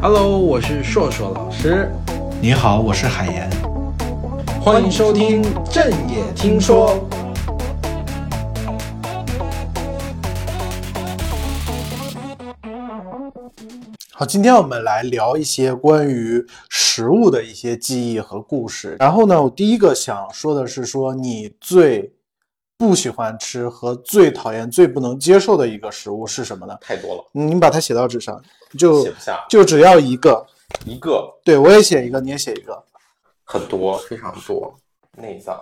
Hello，我是硕硕老师，你好，我是海岩。欢迎收听《正也听说》。好，今天我们来聊一些关于食物的一些记忆和故事。然后呢，我第一个想说的是，说你最不喜欢吃和最讨厌、最不能接受的一个食物是什么呢？嗯太多了，你把它写到纸上，就写不下，就只要一个。一个对我也写一个，你也写一个。很多，非常多。内脏，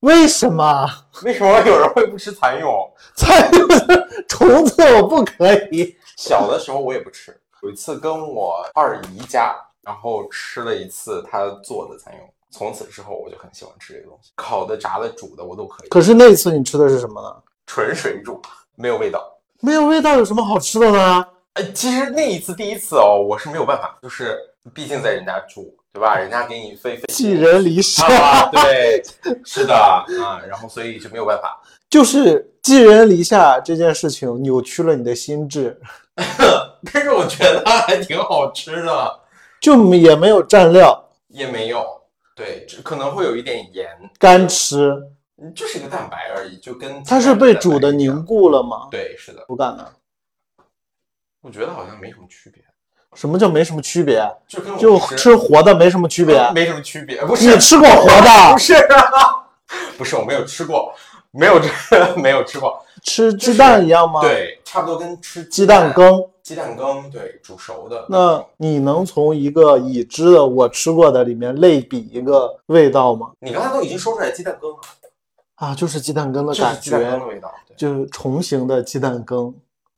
为什么？为什么有人会不吃蚕蛹？菜 虫子我不可以。小的时候我也不吃，有一次跟我二姨家，然后吃了一次她做的蚕蛹，从此之后我就很喜欢吃这个东西，烤的、炸的、煮的我都可以，可是那次你吃的是什么呢？纯水煮，没有味道。没有味道，有什么好吃的呢？哎，其实那一次第一次哦，我是没有办法，就是毕竟在人家住，对吧？人家给你费费寄人篱下。啊，对，是的啊，然后所以就没有办法。就是寄人篱下这件事情扭曲了你的心智，但是我觉得还挺好吃的，就也没有蘸料，也没有，对，只可能会有一点盐，干吃。嗯就是一个蛋白而已，就跟它是被煮的凝固。固了吗？对，是的，口感呢？我觉得好像没什么区别，什么叫没什么区别？啊就跟我就吃吃活的没什么区别。啊没什么区别， 不你是吃过活的 不？是啊，不是我没有吃过，没有吃 没有吃过，吃鸡蛋一样吗？，对，差不多跟吃啊鸡蛋羹。鸡蛋羹，对，煮熟的那种你能从一个已知的我吃过的里面类比一个味道吗？你刚才都已经说出来鸡蛋羹了，啊，就是鸡蛋羹的就是感鸡蛋羹的觉，味道，对就是重形的鸡蛋羹。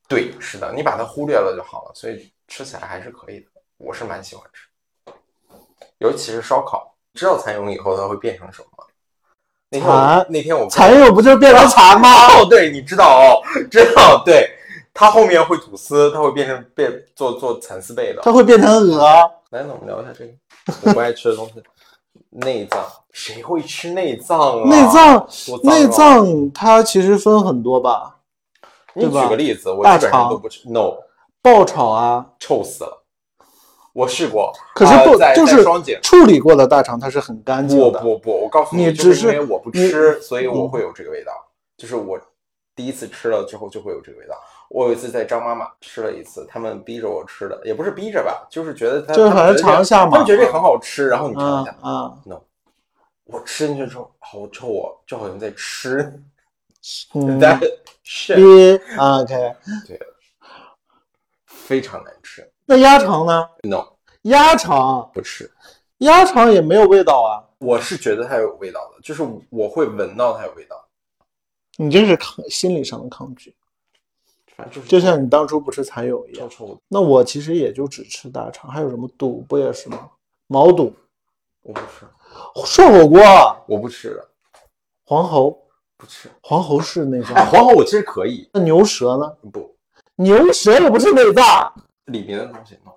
对，是的，你把它忽略了就好了，所以吃起来还是可以的。我是蛮喜欢吃，尤其是烧烤。知道蚕蛹以后它会变成什么吗？那天蚕我那天我蚕蛹不就是变成蚕吗？哦，对，你知道哦，知道，对，它后面会吐丝，它会变成变做做蚕丝被的。它会变成鹅。来，那我们聊一下这个我不爱吃的东西，内脏。谁会吃内脏啊？内脏多脏啊内，脏它其实分很多吧，你对吧举个例子，我大基本上肠都不吃。No，爆炒啊，臭死了。我试过，可是呃不、在就在是双井处理过的大肠它是很干净不的。不不，我告诉你就只是因为是我不你吃，所以我会有这个味道。就是我第一次吃了之后就会有这个味道。我有一次在张妈妈吃了一次，他们逼着我吃的，也不是逼着吧，就是觉得他就是他们反正觉得这尝一下嘛他们觉得这很好吃，然后你尝啊一下。啊！我吃进去之后，好臭啊，就好像在吃。嗯，但是一啊 OK。非常难吃那鸭肠呢？ ，no 鸭肠，不吃。鸭肠也没有味道啊。我是觉得它有味道的，就是我会闻到它有味道，你这是抗心理上的抗拒，反正就就是像你当初不吃蚕蛹一臭样。臭的。那我其实也就只吃大肠，还有什么肚不也是吗？毛肚、我不吃，涮火锅、啊我不吃的，黄喉、不吃。黄喉是内哎， 脏。黄喉我其实可以，那牛舌呢？不，牛舌也不是内脏，里面的东西 no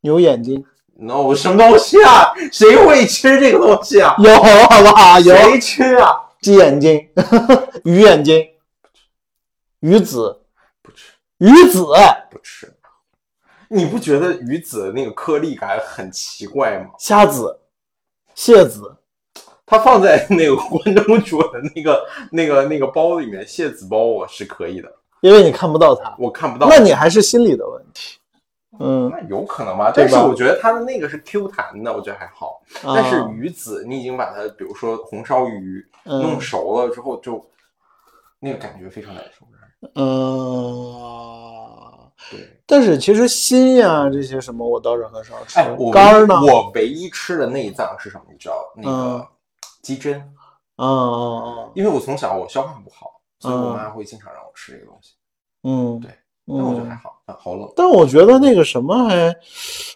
牛眼睛 no 什么东西啊？谁会吃这个东西啊？ 有好不好？有谁吃啊？鸡眼睛、 鱼眼睛、鱼子、不吃鱼子，不吃，你不觉得鱼子的那个颗粒感很奇怪吗？虾子、蟹子，它放在那个关东煮的那个那个那个包里面，蟹子包我是可以的，因为你看不到它，我看不到。那你还是心理的问题。嗯，那有可能吧，对但吧是我觉得它的那个是 Q 弹的，我觉得还好。但是啊鱼子，你已经把它，比如说红烧鱼弄嗯熟了之后就，那个感觉非常难受。嗯，对，但是其实心呀这些什么，我倒是很少吃哎，我。唯肝儿呢？我唯一吃的内脏是什么？你知道那嗯个鸡胗，啊啊啊！因为我从小我消化不好，所以我嗯妈会经常让我吃这个东西。嗯，对，但我觉得还嗯。好，啊好冷。但我觉得那个什么还，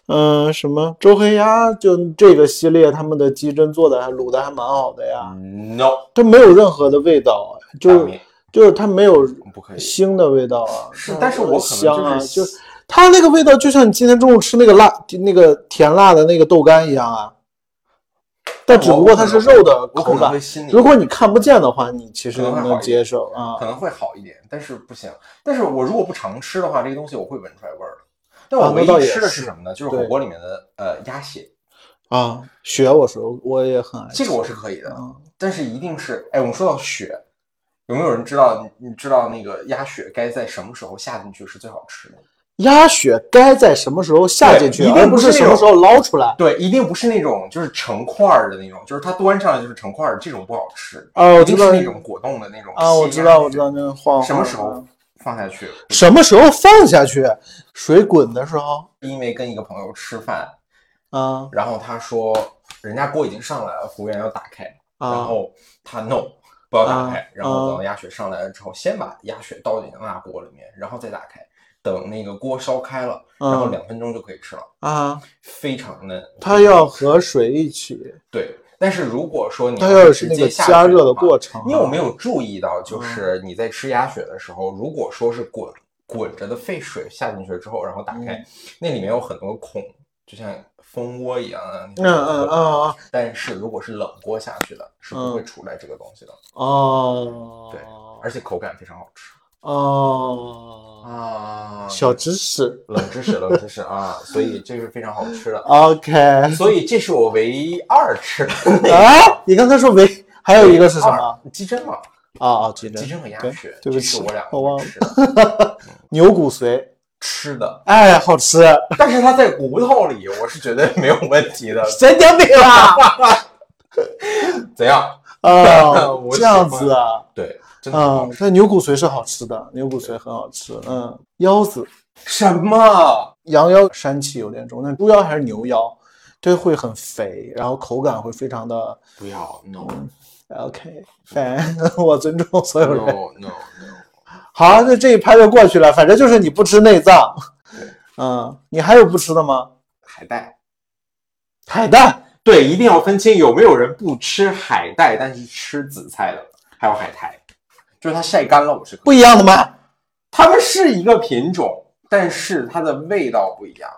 嗯、什么周黑鸭，就这个系列他们的鸡胗做的还卤的还蛮好的呀。 No，它没有任何的味道啊，嗯大就是面就是它没有不可以。腥的味道啊。是它但是我可能就是香啊，就它那个味道，就像你今天中午吃那个辣那个甜辣的那个豆干一样啊。但只不过它是肉的我口可能会感，心里如果你看不见的话，你其实可能会好一能点接受啊可。能会好一点，但是不行。但是我如果不常吃的话，这个东西我会闻出来味儿的。但我啊唯那倒一也吃的是是什么呢？就是火对锅里面的呃鸭血，啊，血我是我也很爱吃，这个我是可以的，嗯但是一定是哎，我们说到血，有没有人知道你你知道那个鸭血该在什么时候下进去是最好吃的？鸭血该在什么时候下进去，对一定而不不是那什么种时候捞出来。对，一定不是那种就是成块儿的那种，就是它端上来就是成块儿，这种不好吃。啊我一定知道是那种果冻的那种啊，我细知鸭道，血我知道，那个晃嗯什么时候放下去？什么时候放下去？水滚的时候因为跟一个朋友吃饭，啊然后他说人家锅已经上来了，服务员要打开，然啊后他 no 不要打开，啊然后等到鸭血上来了之后，先把鸭血倒进那锅里面，然后再打开，等那个锅烧开了，然后嗯两分钟就可以吃了，啊！非常嫩。它要和水一起，对，但是如果说你它要是直那接个下加去热的话过程。啊嗯你有没有注意到，就是你在吃鸭血的时候，如果说是滚滚着的沸水下进去之后，然后打开，嗯那里面有很多孔，就像蜂窝一样啊的。嗯嗯嗯嗯。但是如果是冷锅下去的，是不会嗯出来这个东西的，哦？对而且口感非常好吃哦，啊小知识。冷知识，冷知识啊，所以这是非常好吃的。 OK 所以这是我唯二吃的那个啊，你刚才说没？ 还有一个是什么？二鸡胗嘛，啊啊，鸡鸡胗、胗和鸭对血，对不这是起我两我忘个了吃的牛骨髓，吃的。哎，好吃，但是它在骨头里，我是绝对没有问题的。神经病啊！怎样？啊， 我这样喜欢子啊。对，真的很啊好吃。，但牛骨髓是好吃的，牛骨髓很好吃。嗯，腰子，什么？羊腰膻气有点重，但猪腰还是牛腰，这会很肥，然后口感会非常的不要，no 嗯 OK。反 我尊重所 no 有人。 no no。好，那这一趴就过去了，反正就是你不吃内脏。嗯，你还有不吃的吗？海带，海带。对，一定要分清有没有人不吃海带，但是吃紫菜的，还有海苔，就是它晒干了，我是可以不一样的吗？它们是一个品种，但是它的味道不一样。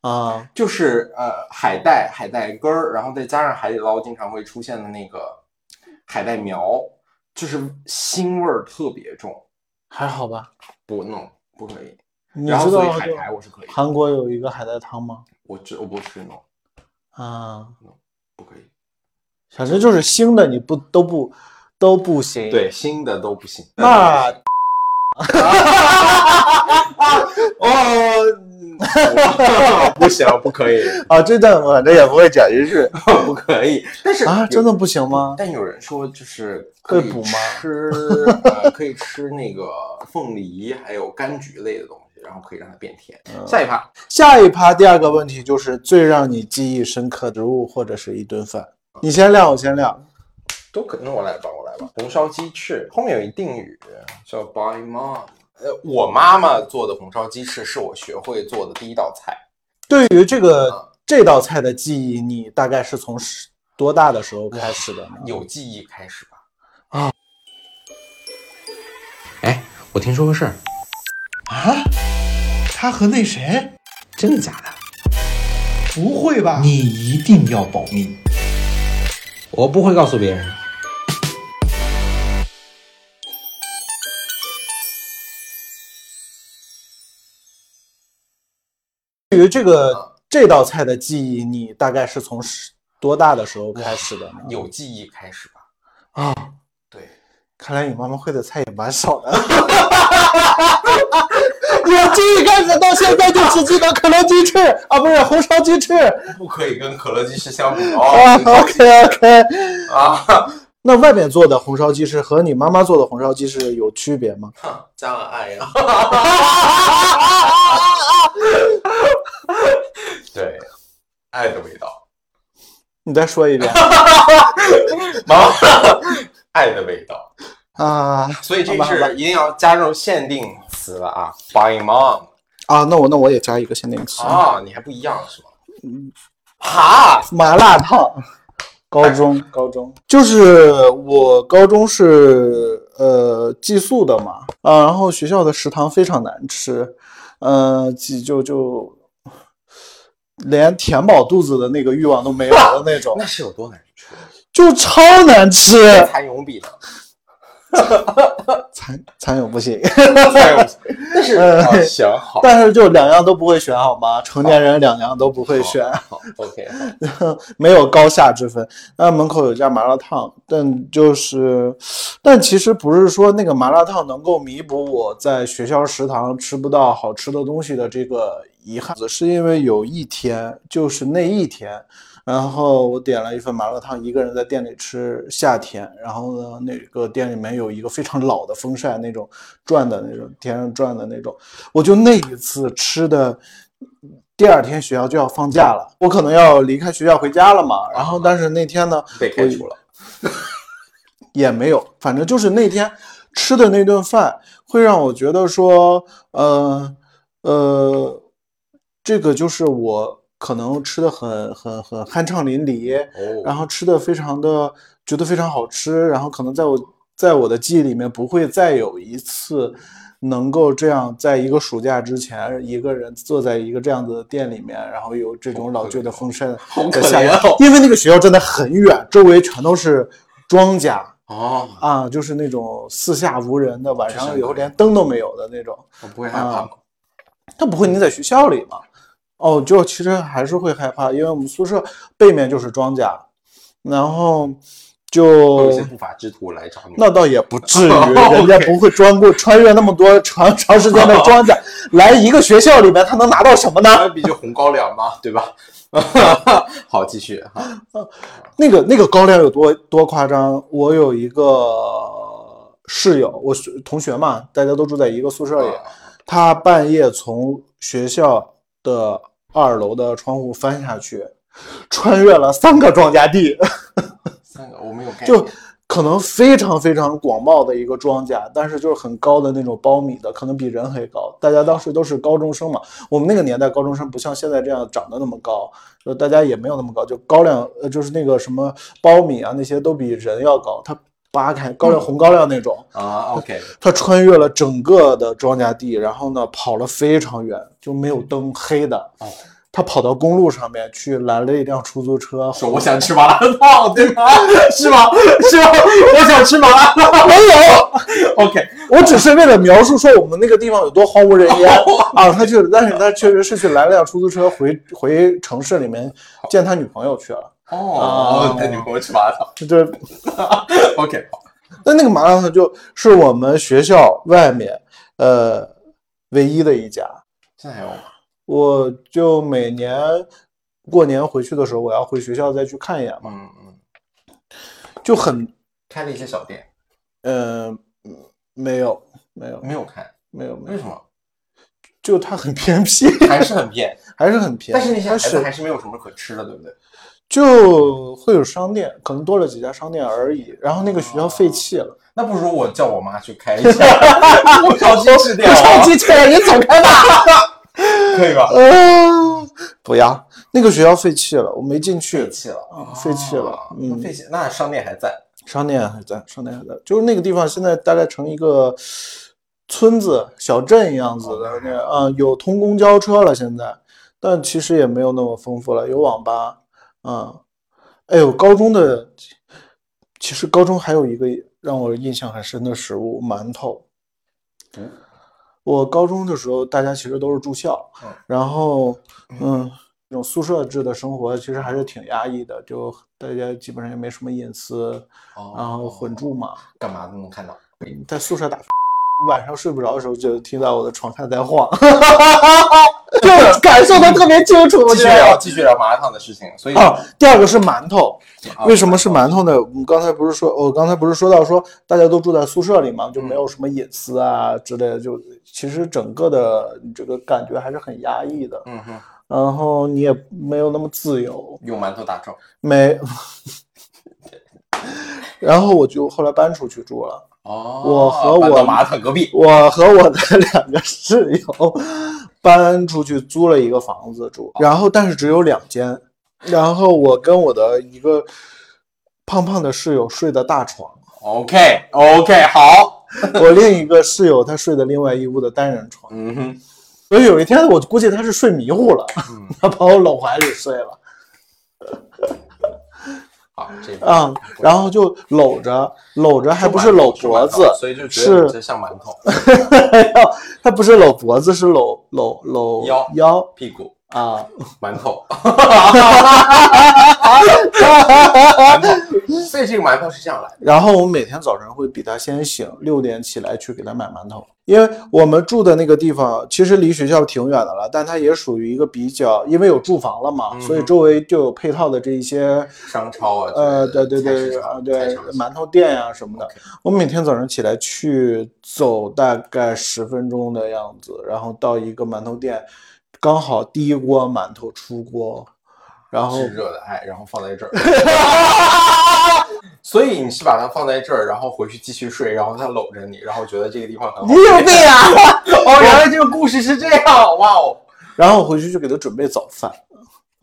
啊就是呃，海带、海带根儿，然后再加上海底捞经常会出现的那个海带苗，就是腥味儿特别重。还好吧。不弄不可以。你然后知所以道海就苔我是可以的，韩国有一个海带汤吗？我只我不吃弄啊，不可以。反正就是腥的，你不都不都不行。对，新的都不行。呃那 哦，不行，不可以，啊，这段我反正也不会讲， 就是不可以。但 是啊，有真的不行吗？但有人说就是会可以补吗吃，呃，可以吃那个凤梨还有柑橘类的东西，然后可以让它变甜。下一趴，下一趴第二个问题就是最让你记忆深刻的食物或者是一顿饭，你先亮，我先亮。都可能我来吧，我来吧。红烧鸡翅后面有一定语叫 by mom，呃，我妈妈做的红烧鸡翅是我学会做的第一道菜。对于这个这道菜的记忆，你大概是从十多大的时候开始的呢？有记忆开始吧。啊！哎，我听说个事儿，啊？他和那谁？真的假的？不会吧？你一定要保密。我不会告诉别人。对于这个这道菜的记忆，你大概是从十多大的时候开始的呢？有记忆开始吧？啊，对，看来你妈妈会的菜也蛮少的。 我记忆开始到现在就只记得可乐鸡翅啊，不是红烧鸡翅。不可以跟可乐鸡翅 相比啊哦。 ，OK OK。啊， 那外面做的红烧鸡翅和你妈妈做的红烧鸡翅有区别吗？加了爱呀。 对，爱的味道， 你再说一遍妈妈， 爱的味道。 啊所以这好吧好吧是一定要加入限定词了啊，by mom 啊！那我那我也加一个限定词，啊，你还不一样是吗？嗯啊，麻辣烫。高中，高中就是我高中是呃寄宿的嘛，啊，然后学校的食堂非常难吃，呃，寄就就连填饱肚子的那个欲望都没 有的那种那，是有多难吃？ 就超难吃。这才牛逼呢！蚕蚕蛹不行， 但是啊行好， 但是就两样都不会选好吗？成年人两样都不会选，好好 OK 好。 没有高下之分。那门口有家麻辣烫，但就是，但其实不是说那个麻辣烫能够弥补我在学校食堂吃不到好吃的东西的这个遗憾，是因为有一天，就是那一天，然后我点了一份麻辣烫，一个人在店里吃，夏天。然后呢，那个店里面有一个非常老的风扇，那种转的那种，天上转的那种。我就那一次吃的，第二天学校就要放假了，我可能要离开学校回家了嘛。然后，但是那天呢，被开除了。也没有，反正就是那天吃的那顿饭，会让我觉得说，呃呃，这个就是我可能吃的很很很酣畅淋漓，哦，然后吃的非常的觉得非常好吃，然后可能在我在我的记忆里面不会再有一次能够这样在一个暑假之前，一个人坐在一个这样子的店里面，然后有这种老旧的风扇好可的夏天怜哦，因为那个学校真的很远，周围全都是庄稼哦，啊，就是那种四下无人的，晚这是上很以后可怜连灯都没有的那种。我哦不会害怕吗？他不会你在学校里嘛？哦，就其实还是会害怕，因为我们宿舍背面就是庄稼，然后会有就一些不法之徒来找你。那倒也不至于， OK 人家不会穿过穿越那么多长长时间的庄稼，来一个学校里面，他能拿到什么呢？那比就啊红高粱嘛，对吧？ 好，继续哈。那个那个高粱有多多夸张？我有一个室友，我学同学嘛，大家都住在一个宿舍里，他半夜从学校的二楼的窗户翻下去，穿越了三个庄稼地，三个我没有概念。就可能非常非常广袤的一个庄稼，但是就是很高的那种苞米的，可能比人还高。大家当时都是高中生嘛，我们那个年代高中生不像现在这样长得那么高，就大家也没有那么高，就高粱呃就是那个什么苞米啊那些都比人要高，他扒开高嗯粱红高粱那种。啊，OK，他穿越了整个的庄稼地，然后呢跑了非常远，就没有灯，黑的嗯哦。他跑到公路上面去拦了一辆出租车，说我想吃麻辣烫，对吗？ 是吗？ 是吗？ 我想吃麻辣烫。没有， OK，我只是为了描述说我们那个地方有多荒无人烟啊。他去，但是他确实是去拦了辆出租车回回城市里面见他女朋友去了。哦啊，带女朋友吃麻辣烫。这这 OK，好，那那个麻辣烫就是我们学校外面呃唯一的一家，现在还有吗？我就每年过年回去的时候，我要回学校再去看一眼嘛，嗯嗯，就很，开了一些小店，呃，没有，没有，没有开，没有，没为有，什么？就它很偏僻， 还是很偏，还是很偏，但是那些孩它子还是是没有什么可吃的，对不对？就会有商店，可能多了几家商店而已。然后那个学校废弃 了，那不如我叫我妈去开一 家红烧鸡翅店我好上 吗，机去了，你走开吧。啊可以吧？ 呃，不要，那个学校废弃了，我没进去废，弃了嗯，废弃了啊嗯那废弃，那商店还在。商店还在，商店还在，就是那个地方现在大概成一个村子、小镇一样子的那个，啊，有通公交车了现在，但其实也没有那么丰富了，有网吧，嗯，哎呦，高中的，其实高中还有一个让我印象很深的食物，馒头。我高中的时候，大家其实都是住校嗯，然后，嗯，那种宿舍制的生活其实还是挺压抑的，就大家基本上也没什么隐私，哦然啊后混住嘛，干嘛都能看到。在宿舍打， 晚上睡不着的时候就听到我的床上在晃， 就嗯感受的特别清楚。我继觉续得聊，继续聊麻辣烫的事情。所以啊，第二个是馒头，啊为什么是馒头呢？我们刚才不是说，哦我刚才不是说到说大家都住在宿舍里嘛，就没有什么隐私啊之类的，就其实整个的这个感觉还是很压抑的，嗯哼，然后你也没有那么自由，用馒头打仗。没。 然后我就后来搬出去住了，哦，我和搬到我麻辣烫隔壁。我和我的两个室友搬出去租了一个房子住，哦然后但是只有两间，然后我跟我的一个胖胖的室友睡的大 床， OK OK，好。我另一个室友他睡的另外一屋的单人床，嗯哼，所以有一天我估计他是 睡迷糊了，嗯他把我搂怀里睡了。啊，这个嗯，然后就搂着搂着，还不是搂脖子，所以就觉得你是这像馒 头，他不是搂脖子，是搂搂搂腰腰屁股啊，馒头，所以这个馒头是这样来的。然后我们每天早晨会比他先醒，六点起来去给他买馒头，因为我们住的那个地方其实离学校挺远的了，但它也属于一个比较，因为有住房了嘛，嗯所以周围就有配套的这一些商超啊，呃，这对对个菜市对，场啊对，馒馒头店呀、什么的 OK。我每天早上起来去走大概十分钟的样子，然后到一个馒头店，刚好第一锅馒头出锅，然 后是热的，哎，然后放在这儿。所以你是把它放在这儿，然后回去继续睡，然后它搂着你，然后觉得这个地方很好。有病啊！ 哦，原来这个故事是这样，哇哦！然后我回去就给他准备早饭，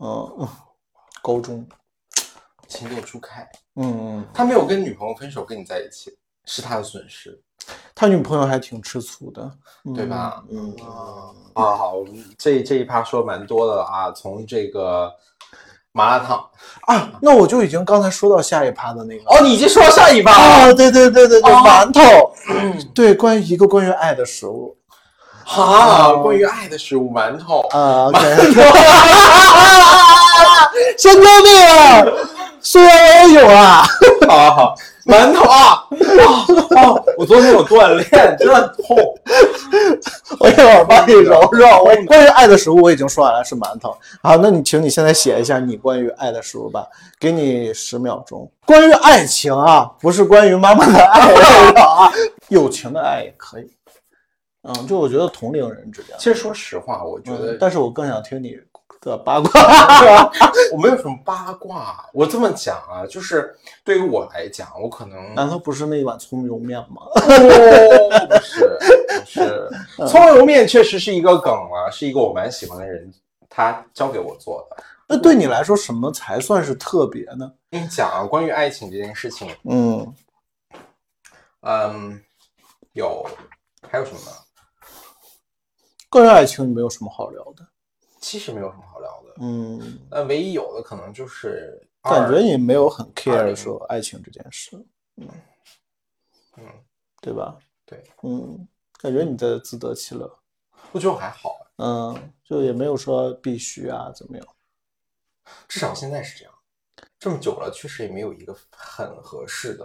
嗯，嗯高中，情窦初开，嗯，他没有跟女朋友分手，跟你在一起是他的损失，他女朋友还挺吃醋的，嗯对吧？嗯，啊啊，好，我们这这一趴说蛮多的啊，从这个麻辣烫，啊，那我就已经刚才说到下一趴的那个哦，你已经说到上一趴了，啊，对对对对对，哦嗯馒头，对，关于一个关于爱的食物哈，关于爱的食物，馒头，啊，OK，神经病，虽然我也有啊，好好，馒头啊，啊啊！我昨天有锻炼，真的痛。 我一会儿帮你揉揉。我 关于爱的食物我已经说完了，是馒头。好，那你请你现在写一下你关于爱的食物吧，给你十秒钟。关于爱情啊，不是关于妈妈的爱 啊，友情的爱也可以。嗯，就我觉得同龄人之间，其实说实话，我 觉嗯得、但是我更想听你的八 卦。我没有什么八卦。我这么讲啊，就是对于我来讲，我可能难道不是那一碗葱油面吗？ 哦不是不是，葱油面确实是一个梗啊，是一个我蛮喜欢的人，他教给我做的。那对你来说，什么才算是特别呢？跟你讲啊，关于爱情这件事情，嗯，嗯，有还有什么呢？关于爱情，你没有什么好聊的。其实没有什么好聊的。嗯，那唯一有的可能就是感二觉你没有很二 care 说爱情这件事，嗯，对吧？对，嗯，感觉你在自得其乐，我觉得我还好，嗯，就也没有说必须啊，怎么样？至少现在是这样。这么久了，确实也没有一个很合适的，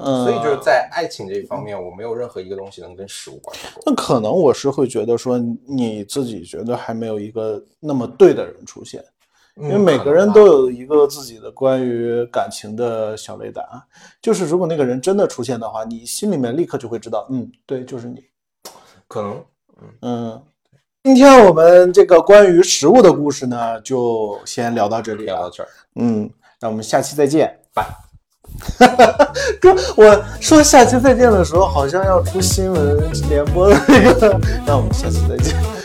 嗯所以就是在爱情这一方面，我没有任何一个东西能跟食物挂钩。那可能我是会觉得说你自己觉得还没有一个那么对的人出现，因嗯为每个人都有一个自己的关于感情的小雷达，就是如果那个人真的出现的话，你心里面立刻就会知道，嗯，对，就是你，可能嗯。今天我们这个关于食物的故事呢，就先聊到这里聊到了。这儿，嗯，那我们下期再见，拜。 哥，我说下期再见的时候，好像要出新闻联播的那个，那我们下期再见。